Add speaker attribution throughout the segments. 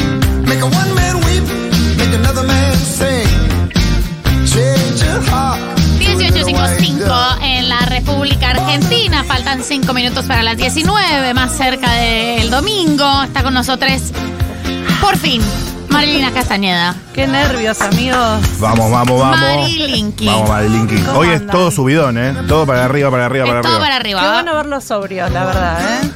Speaker 1: a one man weep, make another man sing. Change your heart.
Speaker 2: 18.55 en la República Argentina. Faltan 5 minutos para las 19, más cerca del domingo. Está con nosotros, por fin, Marilina Castañeda.
Speaker 3: Qué nervios, amigos.
Speaker 4: Vamos, vamos, vamos.
Speaker 2: Marilinki.
Speaker 4: Vamos, Marilinki.
Speaker 3: ¿Cómo
Speaker 4: Hoy es
Speaker 3: andan?
Speaker 4: todo subidón, ¿eh? Todo para arriba, para arriba, para
Speaker 2: Es todo
Speaker 4: arriba.
Speaker 2: para
Speaker 3: Qué
Speaker 2: arriba.
Speaker 3: bueno verlos sobrios, la verdad, ¿eh?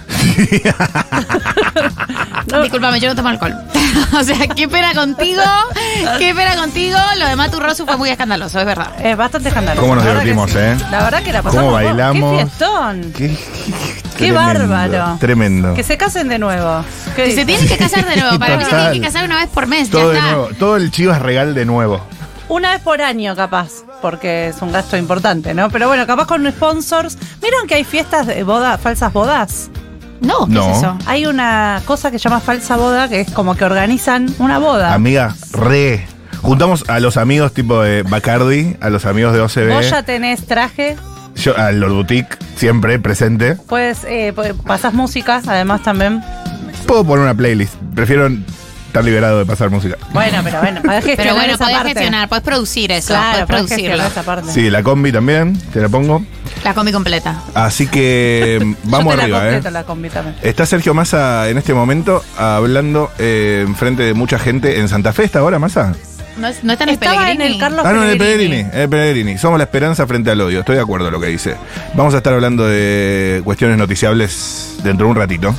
Speaker 2: No. Disculpame, yo no tomo alcohol. o sea, qué pena contigo. Qué pena contigo. Lo de Matu Rosu fue muy escandaloso, es verdad.
Speaker 3: Es bastante escandaloso.
Speaker 4: ¿Cómo nos
Speaker 3: la verdad que
Speaker 4: divertimos,
Speaker 3: sí.
Speaker 4: eh?
Speaker 3: La verdad que la pasamos.
Speaker 4: ¿Cómo
Speaker 3: bomba.
Speaker 4: bailamos?
Speaker 3: ¡Qué fiestón!
Speaker 4: Qué,
Speaker 3: Qué
Speaker 4: tremendo,
Speaker 3: bárbaro.
Speaker 4: Tremendo.
Speaker 3: Que se casen de nuevo. Que
Speaker 2: Si se tienen que casar de nuevo. Para mí se
Speaker 4: Total.
Speaker 2: tienen que casar una vez por mes.
Speaker 4: Todo
Speaker 2: ya
Speaker 4: de
Speaker 2: está.
Speaker 4: nuevo. Todo el Chivas Regal de nuevo.
Speaker 3: Una vez por año, capaz, porque es un gasto importante, ¿no? Pero bueno, capaz con sponsors. ¿Vieron que hay fiestas de boda, falsas bodas?
Speaker 2: No, ¿qué
Speaker 4: No.
Speaker 2: es eso?
Speaker 3: Hay una cosa que se llama falsa boda, que es como que organizan una boda.
Speaker 4: Amiga, re. Juntamos a los amigos tipo de Bacardi, a los amigos de
Speaker 3: Vos ya
Speaker 4: OCB,
Speaker 3: tenés traje,
Speaker 4: yo, al Lord Boutique, siempre presente.
Speaker 3: puedes, eh, pu- pasás músicas, además también.
Speaker 4: Puedo poner una playlist. Prefiero estar liberado de pasar música.
Speaker 3: Bueno, pero bueno, podés gestionar
Speaker 2: Pero bueno,
Speaker 3: esa
Speaker 2: podés
Speaker 3: parte.
Speaker 2: gestionar, podés producir eso, podés
Speaker 3: Claro, podés gestionar
Speaker 2: producirlo.
Speaker 3: esa parte.
Speaker 4: Sí, la combi también, te la pongo.
Speaker 2: La combi completa.
Speaker 4: Así que vamos
Speaker 3: Yo te la
Speaker 4: arriba, ¿eh?
Speaker 3: completo, la combi también.
Speaker 4: Está Sergio Massa en este momento hablando eh, en frente de mucha gente en Santa Fe. ¿Está ahora, Massa?
Speaker 2: No, es- no está en el
Speaker 3: Estaba en
Speaker 2: Pellegrini.
Speaker 3: el Carlos
Speaker 4: Ah, no, en el
Speaker 3: Pellegrini.
Speaker 4: Pellegrini. En el Pellegrini. Somos la esperanza frente al odio. Estoy de acuerdo con lo que dice. Vamos a estar hablando de cuestiones noticiables dentro de un ratito.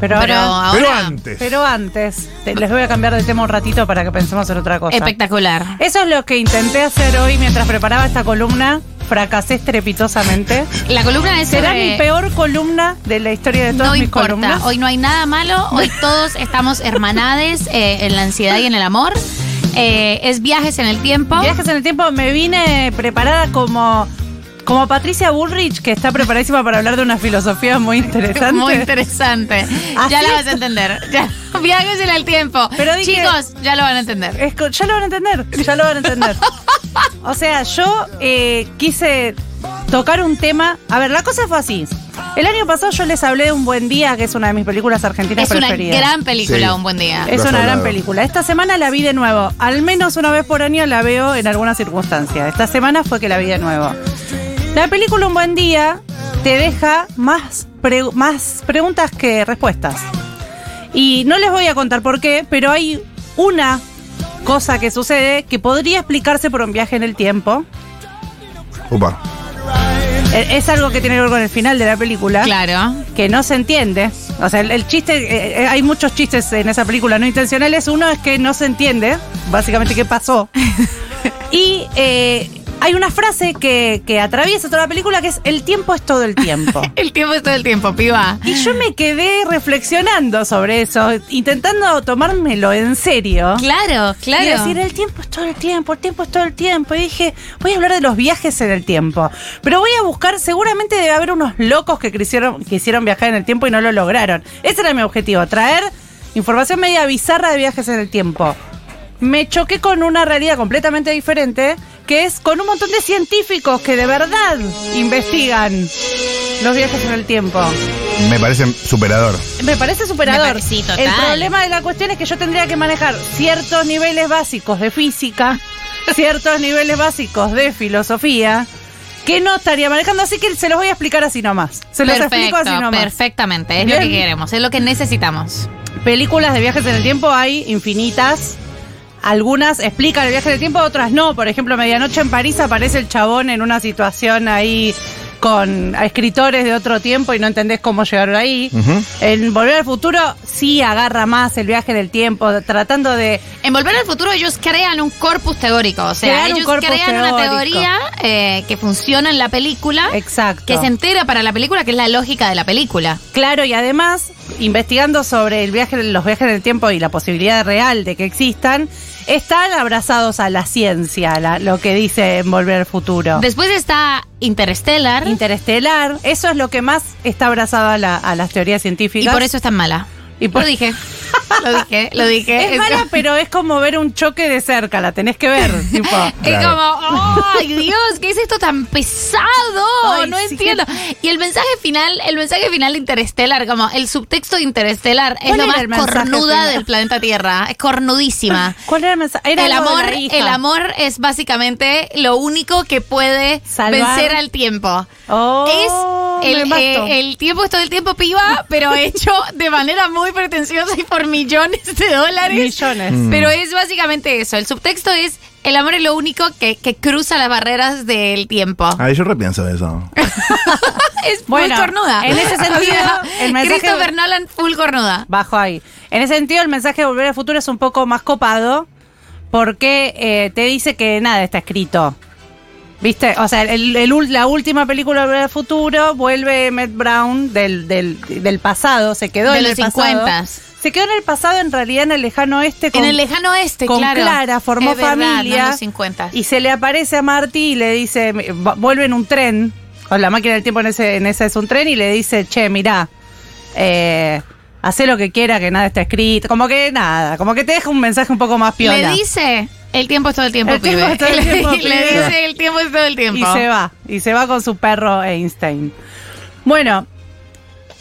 Speaker 3: Pero,
Speaker 2: Pero
Speaker 3: ahora-
Speaker 2: ahora,
Speaker 4: Pero antes.
Speaker 3: pero antes, te- les voy a cambiar de tema un ratito para que pensemos en otra cosa.
Speaker 2: espectacular.
Speaker 3: Eso es lo que intenté hacer hoy mientras preparaba esta columna. Fracasé estrepitosamente.
Speaker 2: La columna de
Speaker 3: Será
Speaker 2: sobre-
Speaker 3: mi peor columna de la historia de todas
Speaker 2: No
Speaker 3: mis
Speaker 2: importa,
Speaker 3: columnas.
Speaker 2: hoy no hay nada malo, hoy todos estamos hermanades eh, en la ansiedad y en el amor. Eh, es viajes en el tiempo.
Speaker 3: Viajes en el tiempo me vine preparada como, como Patricia Bullrich, que está preparadísima para hablar de una filosofía muy interesante.
Speaker 2: Muy interesante.
Speaker 3: Así
Speaker 2: Ya la
Speaker 3: es.
Speaker 2: vas a entender. Ya. Viajes en el tiempo.
Speaker 3: Pero dije-
Speaker 2: Chicos, ya lo van a entender.
Speaker 3: Es co- ya lo van a entender, ya lo van a entender. O sea, yo eh, quise tocar un tema. A ver, la cosa fue así. El año pasado yo les hablé de Un Buen Día, que es una de mis películas argentinas
Speaker 2: Es una
Speaker 3: preferidas.
Speaker 2: gran película,
Speaker 4: Sí.
Speaker 2: un buen día.
Speaker 3: Es
Speaker 4: Lo has
Speaker 3: una gran
Speaker 4: hablado.
Speaker 3: película. Esta semana la vi de nuevo. Al menos una vez por año la veo en alguna circunstancia. Esta semana fue que la vi de nuevo. La película Un Buen Día te deja más, pre- más preguntas que respuestas. Y no les voy a contar por qué, pero hay una cosa que sucede que podría explicarse por un viaje en el tiempo.
Speaker 4: Upa.
Speaker 3: E- Es algo que tiene que ver con el final de la película
Speaker 2: Claro.
Speaker 3: que no se entiende. O sea, el, el chiste, eh, eh, hay muchos chistes en esa película no intencionales. Uno es que no se entiende, básicamente, qué pasó. y eh, hay una frase que, que atraviesa toda la película que es: el tiempo es todo el tiempo.
Speaker 2: El tiempo es todo el tiempo, piba.
Speaker 3: Y yo me quedé reflexionando sobre eso, intentando tomármelo en serio.
Speaker 2: Claro, claro.
Speaker 3: Y decir, el tiempo es todo el tiempo, el tiempo es todo el tiempo. Y dije, voy a hablar de los viajes en el tiempo. Pero voy a buscar, seguramente debe haber unos locos que quisieron, quisieron viajar en el tiempo y no lo lograron. Ese era mi objetivo, traer información media bizarra de viajes en el tiempo. Me choqué con una realidad completamente diferente, que es con un montón de científicos que de verdad investigan los viajes en el tiempo.
Speaker 4: Me parece superador.
Speaker 3: Me parece superador.
Speaker 2: Me pare- sí, total.
Speaker 3: El problema de la cuestión es que yo tendría que manejar ciertos niveles básicos de física, ciertos niveles básicos de filosofía, que no estaría manejando, así que se los voy a explicar así nomás. Se los explico así nomás.
Speaker 2: perfectamente. Es lo que
Speaker 3: Bien.
Speaker 2: queremos, es lo que necesitamos.
Speaker 3: Películas de viajes en el tiempo hay infinitas. Algunas explican el viaje en el tiempo, otras no. Por ejemplo, Medianoche en París aparece el chabón en una situación ahí con escritores de otro tiempo y no entendés cómo llegaron ahí.
Speaker 4: Ujú.
Speaker 3: En Volver al Futuro sí agarra más el viaje del tiempo, tratando de...
Speaker 2: En Volver al Futuro ellos crean un corpus teórico, o sea,
Speaker 3: Crean un
Speaker 2: ellos
Speaker 3: corpus
Speaker 2: crean una
Speaker 3: teórico.
Speaker 2: teoría eh, que funciona en la película,
Speaker 3: Exacto.
Speaker 2: que se entera para la película, que es la lógica de la película.
Speaker 3: Claro, y además, investigando sobre el viaje, los viajes en el tiempo y la posibilidad real de que existan, están abrazados a la ciencia, a la- lo que dice en Volver al Futuro.
Speaker 2: Después está Interstellar
Speaker 3: Interestelar, eso es lo que más está abrazado a, la- a las
Speaker 2: y
Speaker 3: teorías científicas.
Speaker 2: por eso es tan mala.
Speaker 3: Y
Speaker 2: Lo dije. Lo dije, lo dije.
Speaker 3: Es mala,
Speaker 2: como-
Speaker 3: pero es como ver un choque de cerca, la tenés que ver. tipo.
Speaker 2: Es
Speaker 4: Claro.
Speaker 2: como, ¡ay Dios! ¿Qué es esto tan pesado?
Speaker 3: Ay,
Speaker 2: no
Speaker 3: sí,
Speaker 2: entiendo. Y el mensaje final, el mensaje final de Interestelar, como el subtexto de Interestelar, es
Speaker 3: ¿Cuál
Speaker 2: lo
Speaker 3: era
Speaker 2: más
Speaker 3: el mensaje
Speaker 2: cornuda
Speaker 3: final?
Speaker 2: del planeta Tierra. Es cornudísima.
Speaker 3: ¿Cuál era el mensaje? Era
Speaker 2: el
Speaker 3: algo de
Speaker 2: amor,
Speaker 3: la hija.
Speaker 2: el amor es básicamente lo único que puede
Speaker 3: Salvar.
Speaker 2: vencer al tiempo.
Speaker 3: Oh,
Speaker 2: es el,
Speaker 3: me
Speaker 2: eh,
Speaker 3: mato.
Speaker 2: el tiempo es todo el tiempo piba, pero hecho de manera muy pretenciosa y por millones de dólares.
Speaker 3: Millones.
Speaker 2: Pero es básicamente eso. El subtexto es el amor es lo único que, que cruza las barreras del tiempo.
Speaker 4: Ay, yo repienso eso.
Speaker 2: es
Speaker 3: Bueno,
Speaker 2: muy cornuda.
Speaker 3: en ese sentido, el mensaje-
Speaker 2: Christopher Nolan full cornuda.
Speaker 3: Bajo ahí. En ese sentido, el mensaje de Volver al Futuro es un poco más copado porque eh, te dice que nada está escrito. ¿Viste? O sea, el- el ul- la última película de Volver al Futuro vuelve Matt Brown del, del, del pasado, se quedó
Speaker 2: De
Speaker 3: en
Speaker 2: los
Speaker 3: el pasado.
Speaker 2: 50s.
Speaker 3: Se quedó en el pasado, en realidad en el lejano oeste. con-
Speaker 2: en el lejano oeste,
Speaker 3: con
Speaker 2: claro.
Speaker 3: Clara, formó
Speaker 2: Es verdad,
Speaker 3: familia.
Speaker 2: no, en los 50.
Speaker 3: Y se le aparece a Marty y le dice, va- vuelve en un tren, con la máquina del tiempo en ese, en ese es un tren, y le dice, che, mirá, eh, hace lo que quiera, que nada está escrito, como que nada, como que te deja un mensaje un poco más piola.
Speaker 2: Le dice, el tiempo es todo el tiempo,
Speaker 3: El tiempo
Speaker 2: pibe".
Speaker 3: es todo el tiempo,
Speaker 2: le,
Speaker 3: pibe.
Speaker 2: dice, el tiempo es todo el
Speaker 3: y
Speaker 2: tiempo.
Speaker 3: se va, y se va con su perro Einstein. Bueno,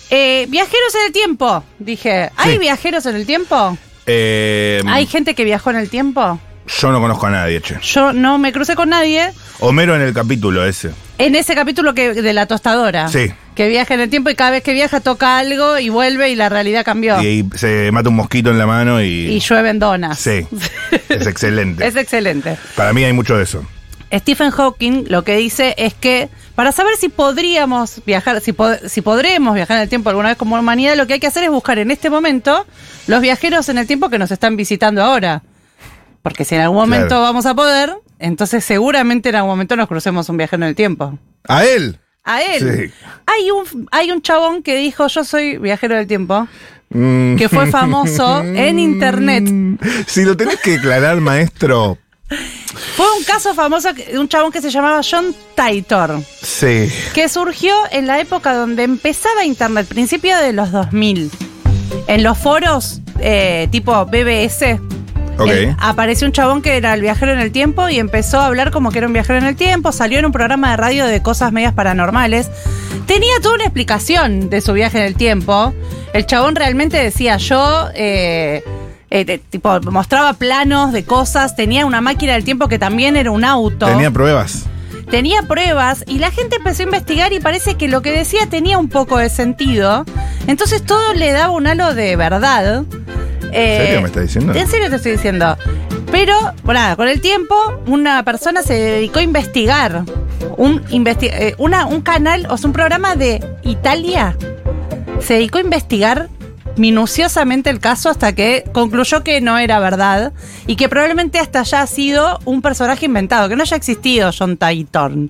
Speaker 3: eh, viajeros en el tiempo, dije, ¿hay
Speaker 4: Sí.
Speaker 3: viajeros en el tiempo?
Speaker 4: Eh,
Speaker 3: ¿Hay gente que viajó en el tiempo?
Speaker 4: Yo no conozco a nadie, che.
Speaker 3: Yo no me crucé con nadie.
Speaker 4: Homero en el capítulo ese.
Speaker 3: En ese capítulo que de la tostadora.
Speaker 4: Sí.
Speaker 3: Que viaja en el tiempo y cada vez que viaja toca algo y vuelve y la realidad cambió.
Speaker 4: Y,
Speaker 3: Y,
Speaker 4: ahí se mata un mosquito en la mano y.
Speaker 3: llueven donas.
Speaker 4: Sí. Es excelente.
Speaker 3: Es excelente.
Speaker 4: Para mí hay mucho de eso.
Speaker 3: Stephen Hawking lo que dice es que para saber si podríamos viajar, si, pod- si podremos viajar en el tiempo alguna vez como humanidad, lo que hay que hacer es buscar en este momento los viajeros en el tiempo que nos están visitando ahora. Porque si en algún momento
Speaker 4: Claro.
Speaker 3: vamos a poder, entonces seguramente en algún momento nos crucemos un viajero en el tiempo.
Speaker 4: ¡A él!
Speaker 3: A él.
Speaker 4: Sí.
Speaker 3: Hay, un, hay un chabón que dijo, yo soy viajero del tiempo,
Speaker 4: Mm.
Speaker 3: que fue famoso en internet.
Speaker 4: Si lo tenés que declarar, maestro.
Speaker 3: Fue un caso famoso que- de un chabón que se llamaba John Titor,
Speaker 4: Sí.
Speaker 3: que surgió en la época donde empezaba internet, principio de los 2000. En los foros eh, tipo BBS,
Speaker 4: Ok.
Speaker 3: eh, apareció un chabón que era el viajero en el tiempo y empezó a hablar como que era un viajero en el tiempo, salió en un programa de radio de cosas medias paranormales. Tenía toda una explicación de su viaje en el tiempo. El chabón realmente decía yo... eh, eh, de- tipo, mostraba planos de cosas, tenía una máquina del tiempo que también era un auto.
Speaker 4: Tenía pruebas.
Speaker 3: Tenía pruebas y la gente empezó a investigar y parece que lo que decía tenía un poco de sentido. Entonces todo le daba un halo de verdad. Eh,
Speaker 4: serio me estás diciendo?
Speaker 3: En serio te estoy diciendo. Pero, bueno, nada, con el tiempo, una persona se dedicó a investigar. Un, investi- eh, una, un canal, o sea, un programa de Italia se dedicó a investigar minuciosamente el caso hasta que concluyó que no era verdad y que probablemente hasta haya sido un personaje inventado, que no haya existido John Titorn.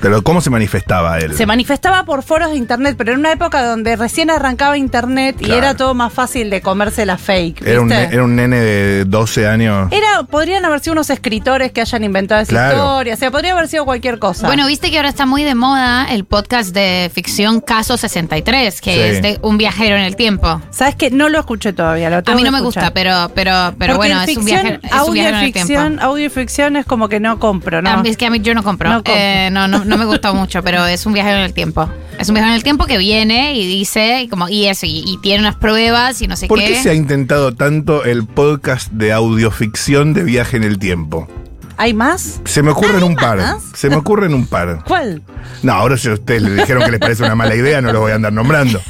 Speaker 4: Pero ¿cómo se manifestaba él?
Speaker 3: Se manifestaba por foros de internet, pero en una época donde recién arrancaba internet y
Speaker 4: Claro.
Speaker 3: era todo más fácil de comerse la fake.
Speaker 4: era, un,
Speaker 3: ¿viste?
Speaker 4: ne- era un nene de 12 años.
Speaker 3: Era- podrían haber sido unos escritores que hayan inventado esa
Speaker 4: Claro.
Speaker 3: historia, o sea, podría haber sido cualquier cosa.
Speaker 2: Bueno, viste que ahora está muy de moda el podcast de ficción Caso 63, que
Speaker 4: Sí.
Speaker 2: es de un viajero en el tiempo.
Speaker 3: sabes que no lo escuché todavía. Lo
Speaker 2: A
Speaker 3: tengo
Speaker 2: mí no
Speaker 3: que
Speaker 2: me
Speaker 3: escuchar.
Speaker 2: gusta, pero, pero, pero
Speaker 3: Porque
Speaker 2: bueno,
Speaker 3: en
Speaker 2: es un
Speaker 3: ficción,
Speaker 2: viaje, es un
Speaker 3: audio
Speaker 2: viajero en el
Speaker 3: ficción,
Speaker 2: tiempo.
Speaker 3: audio ficción es como que no compro, ¿no?
Speaker 2: A mí- Es que a mí yo no compro.
Speaker 3: No compro.
Speaker 2: Eh, no, no, no me gusta mucho, pero es un viajero en el tiempo. Es un viajero en el tiempo que viene y dice, y como, y eso, y, y tiene unas pruebas y no sé
Speaker 4: ¿Por qué se ha intentado tanto el podcast de audioficción de viaje en el tiempo?
Speaker 3: ¿Hay más?
Speaker 4: Se me ocurren un par.
Speaker 3: más?
Speaker 4: Se me ocurren un par.
Speaker 3: ¿Cuál?
Speaker 4: No, ahora si a ustedes les dijeron que les parece una mala idea, no los voy a andar nombrando.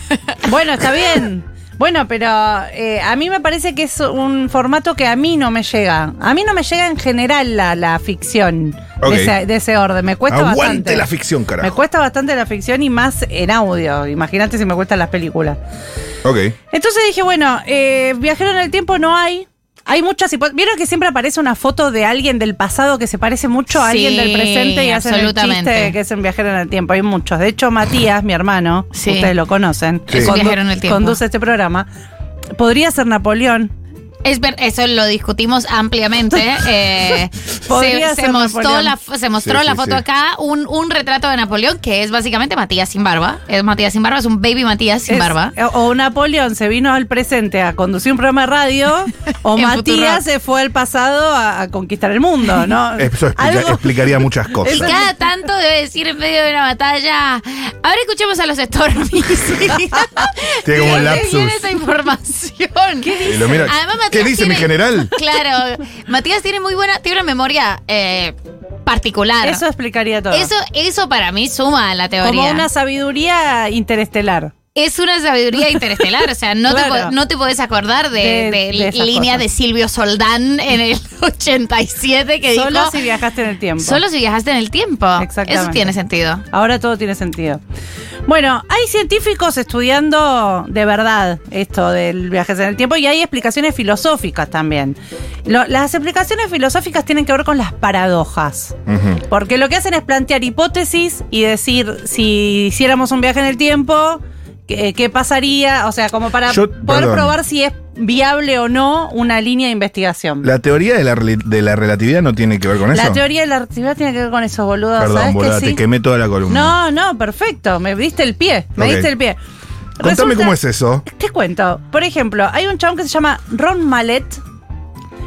Speaker 3: Bueno, está bien. Bueno, pero eh, a mí me parece que es un formato que a mí no me llega. A mí no me llega en general la, la ficción
Speaker 4: Ok.
Speaker 3: de, ese, de ese orden. Me cuesta
Speaker 4: Aguante
Speaker 3: bastante.
Speaker 4: la ficción, carajo.
Speaker 3: Me cuesta bastante la ficción y más en audio. Imagínate si me cuestan las películas.
Speaker 4: Ok.
Speaker 3: Entonces dije, bueno, eh, viajero en el tiempo no hay. Hay muchas hipótesis. ¿Vieron que siempre aparece una foto de alguien del pasado que se parece mucho a
Speaker 2: Sí,
Speaker 3: alguien del presente y hacen el chiste
Speaker 2: absolutamente.
Speaker 3: de que es un viajero en el tiempo? Hay muchos. De hecho, Matías, mi hermano,
Speaker 2: Sí.
Speaker 3: ustedes lo conocen,
Speaker 4: Sí. Es un
Speaker 2: viajero en el tiempo.
Speaker 3: conduce este programa. Podría ser Napoleón.
Speaker 2: Es ver- eso lo discutimos ampliamente. eh,
Speaker 3: Podría
Speaker 2: se, se
Speaker 3: ser
Speaker 2: mostró
Speaker 3: Napoleón.
Speaker 2: la, fo- se mostró
Speaker 4: Sí,
Speaker 2: la
Speaker 4: sí,
Speaker 2: foto
Speaker 4: sí.
Speaker 2: acá, un, un retrato de Napoleón, que es básicamente Matías sin barba. Es Matías sin barba, es un baby Matías sin
Speaker 3: Es-
Speaker 2: barba.
Speaker 3: O o Napoleón se vino al presente a conducir un programa de radio, o
Speaker 2: En
Speaker 3: Matías
Speaker 2: Futurock.
Speaker 3: se fue al pasado a, a conquistar el mundo, ¿no?
Speaker 4: Eso explica-
Speaker 3: Algo-
Speaker 4: explicaría muchas
Speaker 2: Y
Speaker 4: cosas.
Speaker 2: cada tanto debe decir en medio de una batalla. Ahora escuchemos a los Stormies.
Speaker 4: Tiene como un lapsus.
Speaker 2: Tiene esa información.
Speaker 4: Y lo mira,
Speaker 2: Además, Matías
Speaker 4: ¿Qué dice mi
Speaker 2: tiene-
Speaker 4: general?
Speaker 2: Claro, Matías tiene muy buena, tiene una memoria eh, particular.
Speaker 3: Eso explicaría todo.
Speaker 2: eso, eso para mí suma a la teoría.
Speaker 3: Como una sabiduría interestelar.
Speaker 2: Es una sabiduría interestelar, o sea, no, te,
Speaker 3: Claro.
Speaker 2: po- no te podés acordar de, de
Speaker 3: De- de esas
Speaker 2: línea
Speaker 3: cosas.
Speaker 2: de Silvio Soldán en el 87 que
Speaker 3: Solo
Speaker 2: dijo...
Speaker 3: si viajaste en el tiempo.
Speaker 2: Solo si viajaste en el tiempo.
Speaker 3: Exactamente.
Speaker 2: Eso tiene sentido.
Speaker 3: Ahora todo tiene sentido. Bueno, hay científicos estudiando de verdad esto del viaje en el tiempo y hay explicaciones filosóficas también. Lo- las explicaciones filosóficas tienen que ver con las paradojas.
Speaker 4: Ujú.
Speaker 3: Porque lo que hacen es plantear hipótesis y decir, si hiciéramos un viaje en el tiempo, ¿qué, qué pasaría? O sea, como para
Speaker 4: Yo-
Speaker 3: poder
Speaker 4: perdón.
Speaker 3: probar si es viable o no una línea de investigación.
Speaker 4: La teoría de la, rel- de la relatividad no tiene que ver con eso.
Speaker 3: La teoría de la relatividad tiene que ver con eso, boludo.
Speaker 4: Perdón,
Speaker 3: ¿Sabes
Speaker 4: boluda,
Speaker 3: que sí?
Speaker 4: te quemé toda la
Speaker 3: No,
Speaker 4: columna.
Speaker 3: no, perfecto. Me diste el pie. Me
Speaker 4: Ok.
Speaker 3: diste el pie.
Speaker 4: Contame
Speaker 3: Resulta-
Speaker 4: cómo es eso.
Speaker 3: Te cuento. Por ejemplo, hay un chabón que se llama Ron Mallet.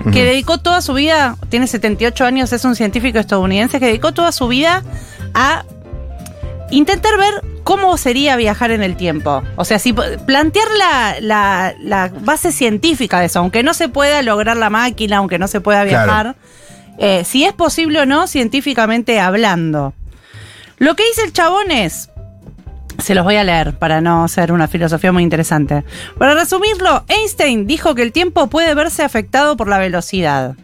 Speaker 3: Que
Speaker 4: Ujú.
Speaker 3: dedicó toda su vida, tiene 78 años, es un científico estadounidense que dedicó toda su vida a intentar ver cómo sería viajar en el tiempo. O sea, si po- plantear la, la- la base científica de eso, aunque no se pueda lograr la máquina, aunque no se pueda
Speaker 4: Claro.
Speaker 3: viajar, eh, si es posible o no científicamente hablando. Lo que dice el chabón es, se los voy a leer para no ser una filosofía muy interesante. Para resumirlo, Einstein dijo que el tiempo puede verse afectado por la velocidad.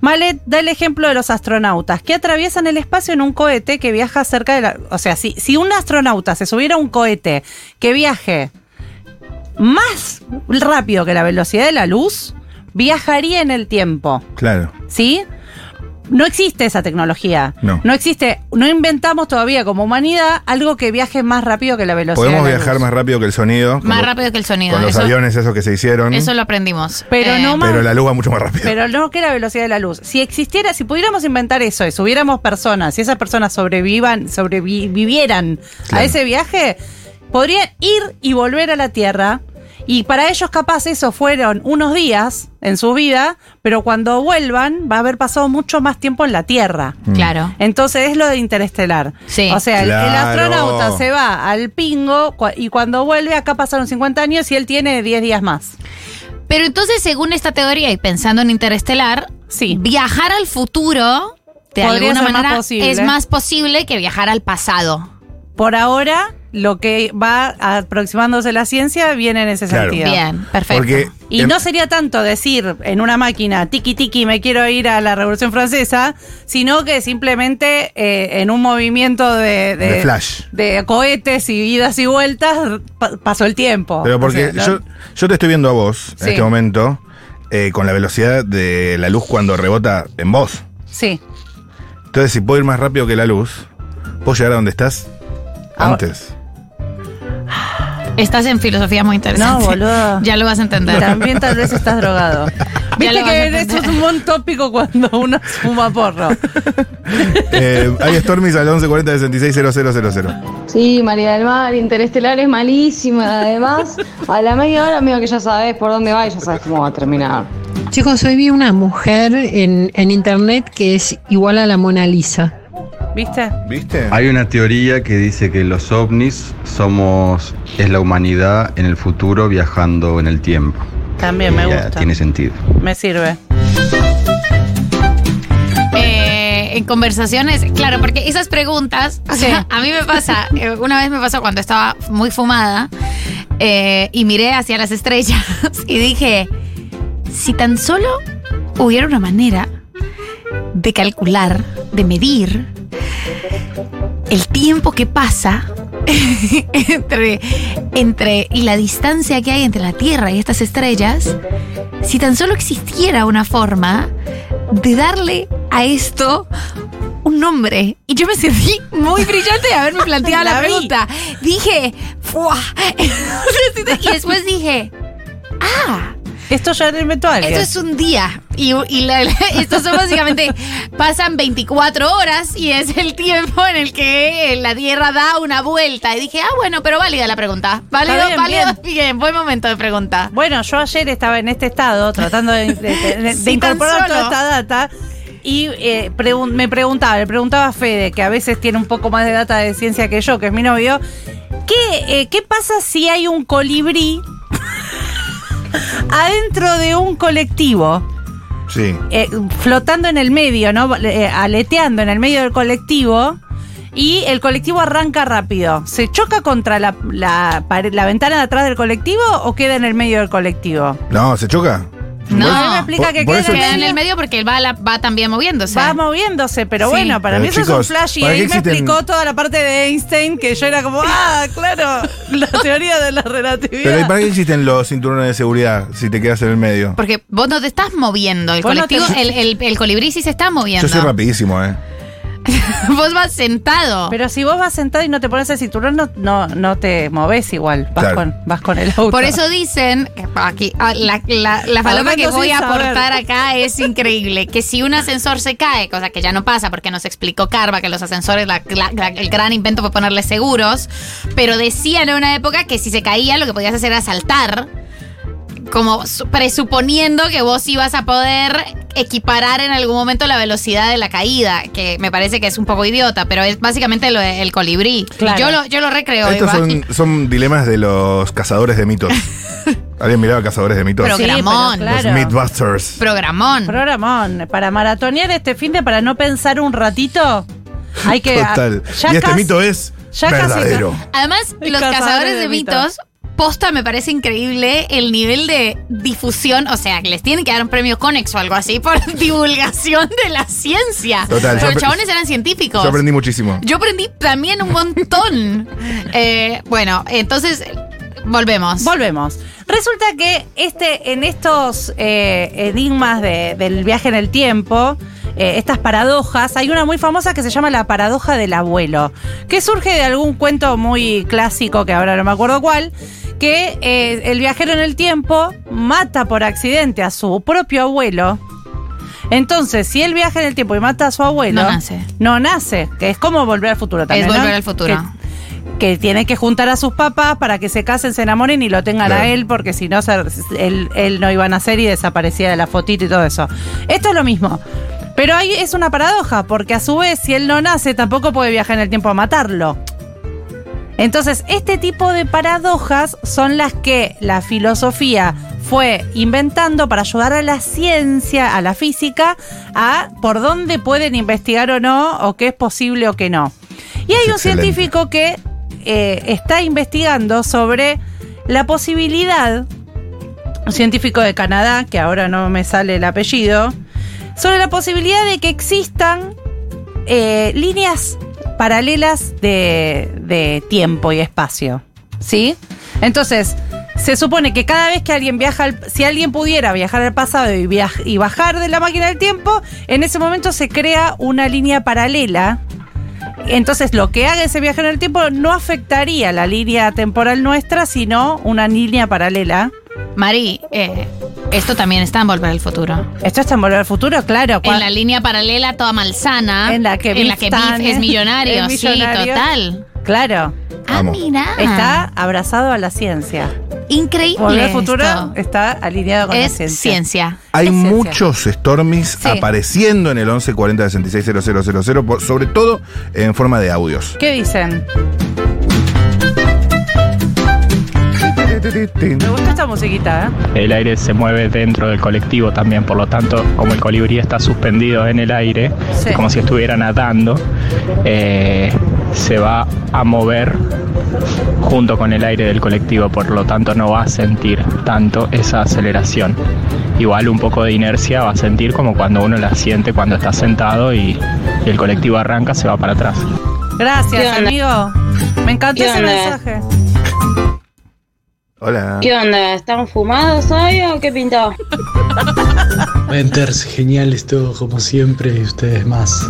Speaker 3: Malet da el ejemplo de los astronautas que atraviesan el espacio en un cohete que viaja cerca de la... O sea, si, si un astronauta se subiera a un cohete que viaje más rápido que la velocidad de la luz, viajaría en el tiempo.
Speaker 4: Claro.
Speaker 3: ¿sí? No existe esa tecnología.
Speaker 4: No.
Speaker 3: existe. No inventamos todavía como humanidad algo que viaje más rápido que la velocidad.
Speaker 4: Podemos
Speaker 3: de la
Speaker 4: viajar
Speaker 3: luz.
Speaker 4: más rápido que el sonido.
Speaker 2: Más
Speaker 4: con lo-
Speaker 2: rápido que el sonido.
Speaker 4: Con los
Speaker 2: Eso,
Speaker 4: aviones esos que se hicieron.
Speaker 2: eso lo aprendimos. Eh,
Speaker 3: Pero no más.
Speaker 4: pero la luz va mucho más rápido.
Speaker 3: Pero no que la velocidad de la luz. Si existiera, si pudiéramos inventar eso y subiéramos personas, si esas personas sobrevivan, sobrevivieran
Speaker 4: Claro.
Speaker 3: a ese viaje, podrían ir y volver a la Tierra. Y para ellos capaz eso fueron unos días en su vida, pero cuando vuelvan va a haber pasado mucho más tiempo en la Tierra.
Speaker 4: Mm.
Speaker 2: Claro.
Speaker 3: Entonces es lo de interestelar.
Speaker 2: Sí.
Speaker 3: O sea, el- el,
Speaker 4: Claro.
Speaker 3: astronauta se va al pingo cua- y cuando vuelve acá pasaron 50 años y él tiene 10 días más.
Speaker 2: Pero entonces, según esta teoría y pensando en Interestelar,
Speaker 3: Sí.
Speaker 2: viajar al futuro de
Speaker 3: Podría
Speaker 2: alguna
Speaker 3: ser más
Speaker 2: manera
Speaker 3: posible.
Speaker 2: es más posible que viajar al pasado.
Speaker 3: Por ahora, lo que va aproximándose la ciencia viene en ese
Speaker 4: Claro.
Speaker 3: sentido.
Speaker 2: Bien, perfecto.
Speaker 4: Porque.
Speaker 3: Y
Speaker 4: em-
Speaker 3: no sería tanto decir en una máquina, tiki tiki, me quiero ir a la Revolución Francesa, sino que simplemente eh, en un movimiento de,
Speaker 4: De flash.
Speaker 3: de cohetes y idas y vueltas pa- pasó el tiempo.
Speaker 4: Pero porque
Speaker 3: O sea,
Speaker 4: yo,
Speaker 3: ¿no?
Speaker 4: yo te estoy viendo a vos en
Speaker 3: Sí.
Speaker 4: este momento eh, con la velocidad de la luz cuando rebota en vos.
Speaker 3: Sí.
Speaker 4: Entonces, si puedo ir más rápido que la luz, puedo llegar a donde estás
Speaker 3: Ahora-
Speaker 4: antes.
Speaker 2: Estás en filosofía muy interesante.
Speaker 3: No, boludo.
Speaker 2: Ya lo vas a entender.
Speaker 3: También tal vez estás drogado. Viste
Speaker 2: lo vas a
Speaker 3: que eso es un buen tópico cuando uno fuma porro.
Speaker 4: Eh, hay Stormis al 1140 660000.
Speaker 5: Sí, María del Mar, Interestelar es malísima. Además, a la media hora, medio que ya sabes por dónde va y ya sabes cómo va a terminar.
Speaker 6: Chicos, hoy vi una mujer en, en internet que es igual a la Mona Lisa.
Speaker 3: ¿Viste?
Speaker 4: ¿Viste?
Speaker 7: Hay una teoría que dice que los ovnis somos es la humanidad en el futuro viajando en el tiempo.
Speaker 3: También me
Speaker 7: Y, eh,
Speaker 3: gusta.
Speaker 7: Tiene sentido.
Speaker 3: Me sirve.
Speaker 2: Eh, en conversaciones, claro, porque esas preguntas, o sea, a mí me pasa, eh, una vez me pasó cuando estaba muy fumada eh, y miré hacia las estrellas y dije, si tan solo hubiera una manera de calcular, de medir el tiempo que pasa entre, entre y la distancia que hay entre la Tierra y estas estrellas, si tan solo existiera una forma de darle a esto un nombre. Y yo me sentí muy brillante de haberme planteado la,
Speaker 3: La vi.
Speaker 2: pregunta. Dije, ¡fua! y después dije, ¡ah!
Speaker 3: Esto ya lo inventó alguien.
Speaker 2: Esto es un día. Y, y la- la- estos son básicamente. pasan 24 horas y es el tiempo en el que la Tierra da una vuelta. Y dije, ah, bueno, pero válida la pregunta. Válido,
Speaker 3: bien,
Speaker 2: válido. Bien. buen momento de pregunta.
Speaker 3: Bueno, yo ayer estaba en este estado tratando de, de- de-
Speaker 2: Sí,
Speaker 3: de incorporar
Speaker 2: tan solo.
Speaker 3: toda esta data y eh, pregun- me preguntaba, le preguntaba a Fede, que a veces tiene un poco más de data de ciencia que yo, que es mi novio, ¿qué, eh, qué pasa si hay un colibrí adentro de un colectivo?
Speaker 4: Sí.
Speaker 3: eh, flotando en el medio, ¿no? Eh, aleteando en el medio del colectivo. Y el colectivo arranca rápido. ¿Se choca contra la, la pared- la ventana de atrás del colectivo o queda en el medio del colectivo?
Speaker 4: No, ¿se choca?
Speaker 3: Él me
Speaker 2: No.
Speaker 3: explica que
Speaker 4: por
Speaker 3: queda
Speaker 4: eso-
Speaker 2: Queda en el
Speaker 3: medio.
Speaker 2: medio porque va, la- va también moviéndose.
Speaker 3: Va moviéndose, pero
Speaker 2: Sí.
Speaker 3: bueno, para
Speaker 4: Pero,
Speaker 3: mí eso
Speaker 4: chicos,
Speaker 3: es un flash. Y
Speaker 4: ¿para
Speaker 3: él me
Speaker 4: qué existen-
Speaker 3: explicó toda la parte de Einstein que yo era como, ah, claro, la teoría de la relatividad.
Speaker 4: Pero ¿y ¿para qué existen los cinturones de seguridad si te quedas en el medio?
Speaker 2: Porque vos no te estás moviendo. El
Speaker 3: Vos no te-
Speaker 2: colectivo, el, el- el colibrí sí se está moviendo.
Speaker 4: Yo soy rapidísimo, ¿eh?
Speaker 2: Vos vas sentado.
Speaker 3: Pero si vos vas sentado y no te pones el cinturón, no, no, no te moves igual. Vas,
Speaker 4: Claro.
Speaker 3: con, vas con el auto.
Speaker 2: Por eso dicen, aquí, ah, la, la, la paloma
Speaker 3: Hablando
Speaker 2: que voy
Speaker 3: sin
Speaker 2: a
Speaker 3: saber.
Speaker 2: aportar acá es increíble, que si un ascensor se cae, cosa que ya no pasa porque nos explicó Carva que los ascensores, la- la- la- el gran invento fue ponerle seguros, pero decían en una época que si se caía lo que podías hacer era saltar, como su- presuponiendo que vos ibas a poder equiparar en algún momento la velocidad de la caída, que me parece que es un poco idiota, pero es básicamente lo de- el colibrí.
Speaker 3: Claro.
Speaker 2: Yo, lo, yo lo recreo.
Speaker 4: Estos
Speaker 2: Eva.
Speaker 4: son, son dilemas de los cazadores de mitos. ¿Alguien miraba Cazadores de mitos?
Speaker 2: Pero
Speaker 3: Sí, pero
Speaker 2: Programón.
Speaker 4: los
Speaker 3: claro.
Speaker 4: Mythbusters.
Speaker 2: Programón.
Speaker 3: Programón. Para maratonear este fin de, para no pensar un ratito, hay que.
Speaker 4: Total.
Speaker 3: a-
Speaker 4: Y este
Speaker 3: casi-
Speaker 4: mito es
Speaker 3: ya casi-
Speaker 4: verdadero.
Speaker 2: Además,
Speaker 3: Y
Speaker 2: los
Speaker 3: cazadores
Speaker 2: cazadores
Speaker 3: de
Speaker 2: de mitos, posta me parece increíble el nivel de difusión, o sea, que les tienen que dar un premio Conex o algo así por divulgación de la ciencia.
Speaker 4: Total, yo
Speaker 2: Pero
Speaker 4: apre-
Speaker 2: los chabones eran científicos.
Speaker 4: Yo aprendí muchísimo.
Speaker 2: Yo aprendí también un montón. Eh, bueno, entonces, volvemos.
Speaker 3: Volvemos. Resulta que este, en estos eh, enigmas de- del viaje en el tiempo, eh, estas paradojas, hay una muy famosa que se llama la paradoja del abuelo, que surge de algún cuento muy clásico, que ahora no me acuerdo cuál, que eh, el viajero en el tiempo mata por accidente a su propio abuelo. Entonces, si él viaja en el tiempo y mata a su abuelo,
Speaker 2: No nace.
Speaker 3: no nace, que es como volver al futuro también.
Speaker 2: es
Speaker 3: ¿no?
Speaker 2: volver al futuro.
Speaker 3: Que- que tiene que juntar a sus papás para que se casen, se enamoren y lo tengan
Speaker 4: Claro.
Speaker 3: a él, porque si no, se- él, él no iba a nacer y desaparecía de la fotito y todo eso. Esto es lo mismo. Pero ahí es una paradoja, porque a su vez, si él no nace, tampoco puede viajar en el tiempo a matarlo. Entonces, este tipo de paradojas son las que la filosofía fue inventando para ayudar a la ciencia, a la física, a por dónde pueden investigar o no, o qué es posible o qué no. Y hay un
Speaker 4: Excelente.
Speaker 3: científico que eh, está investigando sobre la posibilidad, un científico de Canadá, que ahora no me sale el apellido, sobre la posibilidad de que existan eh, líneas paralelas de, de tiempo y espacio. ¿Sí? Entonces, se supone que cada vez que alguien viaja, al- si alguien pudiera viajar al pasado y, viaj- y bajar de la máquina del tiempo, en ese momento se crea una línea paralela. Entonces, lo que haga ese viaje en el tiempo no afectaría la línea temporal nuestra, sino una línea paralela.
Speaker 2: Mari, eh, esto también está en volver al futuro.
Speaker 3: Esto está en Volver al Futuro, claro.
Speaker 2: En
Speaker 3: cual-
Speaker 2: la línea paralela, toda malsana.
Speaker 3: En la que Biff
Speaker 2: Biff
Speaker 3: Tannen
Speaker 2: es millonario.
Speaker 3: es
Speaker 2: Sí,
Speaker 3: millonario.
Speaker 2: total.
Speaker 3: Claro.
Speaker 4: Vamos.
Speaker 2: Ah, mira.
Speaker 3: Está abrazado a la ciencia.
Speaker 2: increíble.
Speaker 3: Volver al Futuro
Speaker 2: esto.
Speaker 3: está alineado con
Speaker 2: es
Speaker 3: la ciencia.
Speaker 2: ciencia.
Speaker 4: Hay
Speaker 3: es ciencia.
Speaker 4: muchos Stormies
Speaker 3: Sí.
Speaker 4: apareciendo en el 1140 660000, por- sobre todo en forma de audios.
Speaker 3: ¿Qué dicen? Me gusta esta musiquita, ¿eh?
Speaker 8: El aire se mueve dentro del colectivo también, por lo tanto, como el colibrí está suspendido en el aire,
Speaker 3: Sí.
Speaker 8: como si estuviera nadando, eh, se va a mover junto con el aire del colectivo, por lo tanto no va a sentir tanto esa aceleración. Igual un poco de inercia va a sentir como cuando uno la siente cuando está sentado y, y el colectivo arranca, se va para atrás.
Speaker 3: Gracias,
Speaker 9: ¿Qué onda?
Speaker 3: amigo. Me encantó
Speaker 9: ¿Qué
Speaker 3: ese
Speaker 9: onda?
Speaker 3: mensaje.
Speaker 4: Hola.
Speaker 9: ¿Qué onda? ¿Están fumados hoy o qué pintó?
Speaker 10: Mentors, genial esto, como siempre, y ustedes más.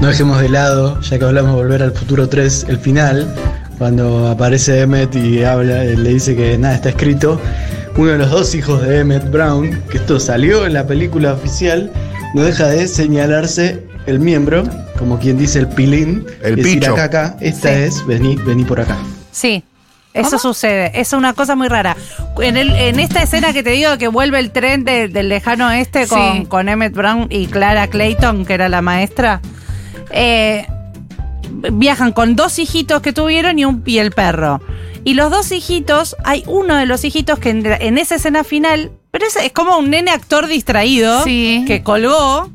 Speaker 10: No dejemos de lado, ya que hablamos de volver al futuro 3, el final, cuando aparece Emmet y habla, le dice que nada está escrito. uno de los dos hijos de Emmett Brown, que esto salió en la película oficial, no deja de señalarse el miembro, como quien dice el pilín,
Speaker 4: El
Speaker 10: y decir
Speaker 4: picho.
Speaker 10: acá, acá, esta
Speaker 3: Sí.
Speaker 10: es, vení, vení por acá.
Speaker 3: Sí. Eso sucede, es una cosa muy rara. En, el- en esta escena que te digo que vuelve el tren de- del lejano este con,
Speaker 2: Sí.
Speaker 3: con Emmett Brown y Clara Clayton, que era la maestra, eh, viajan con dos hijitos que tuvieron y, un, y el perro. Y los dos hijitos, hay uno de los hijitos que en, en esa escena final, pero es, es como un nene actor distraído
Speaker 2: Sí.
Speaker 3: que colgó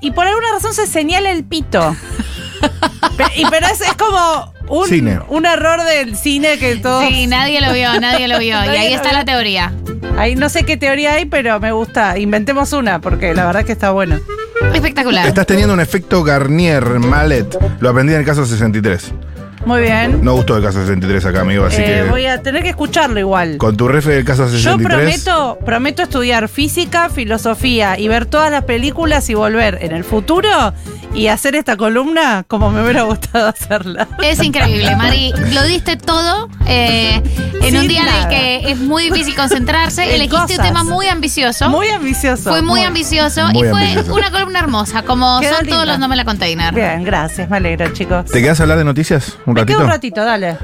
Speaker 3: y por alguna razón se señala el pito. Pe- y, pero es, es como un,
Speaker 4: Cine.
Speaker 3: un error del cine que todos...
Speaker 2: Sí, nadie lo vio, nadie lo vio. y
Speaker 3: Nadie
Speaker 2: ahí
Speaker 3: lo
Speaker 2: está
Speaker 3: vio.
Speaker 2: la teoría.
Speaker 3: Ahí no sé qué teoría hay, pero me gusta. Inventemos una, porque la verdad que está bueno.
Speaker 2: Espectacular.
Speaker 4: Estás teniendo un efecto Garnier, Malet. Lo aprendí en el caso 63.
Speaker 3: Muy bien.
Speaker 4: No gustó el caso 63 acá, amigo, así
Speaker 3: Eh,
Speaker 4: que.
Speaker 3: voy a tener que escucharlo igual.
Speaker 4: Con tu refe del caso
Speaker 3: Yo
Speaker 4: 63.
Speaker 3: prometo, prometo estudiar física, filosofía y ver todas las películas y volver en el futuro y hacer esta columna como me hubiera gustado hacerla.
Speaker 2: Es increíble, Mari. Lo diste todo eh, en
Speaker 3: Sin
Speaker 2: un día
Speaker 3: nada.
Speaker 2: en el que es muy difícil concentrarse.
Speaker 3: En
Speaker 2: Elegiste un
Speaker 3: cosas.
Speaker 2: tema muy ambicioso.
Speaker 3: Muy ambicioso.
Speaker 2: fue muy ambicioso
Speaker 4: Muy
Speaker 2: y fue
Speaker 4: ambicioso.
Speaker 2: una columna hermosa, como
Speaker 3: Quedó
Speaker 2: son
Speaker 3: linda.
Speaker 2: todos los nombres de la container.
Speaker 3: Bien, gracias, me alegro, chicos.
Speaker 4: ¿Te quedas a hablar de noticias un
Speaker 3: Me
Speaker 4: ratito?
Speaker 3: quedo un ratito, dale.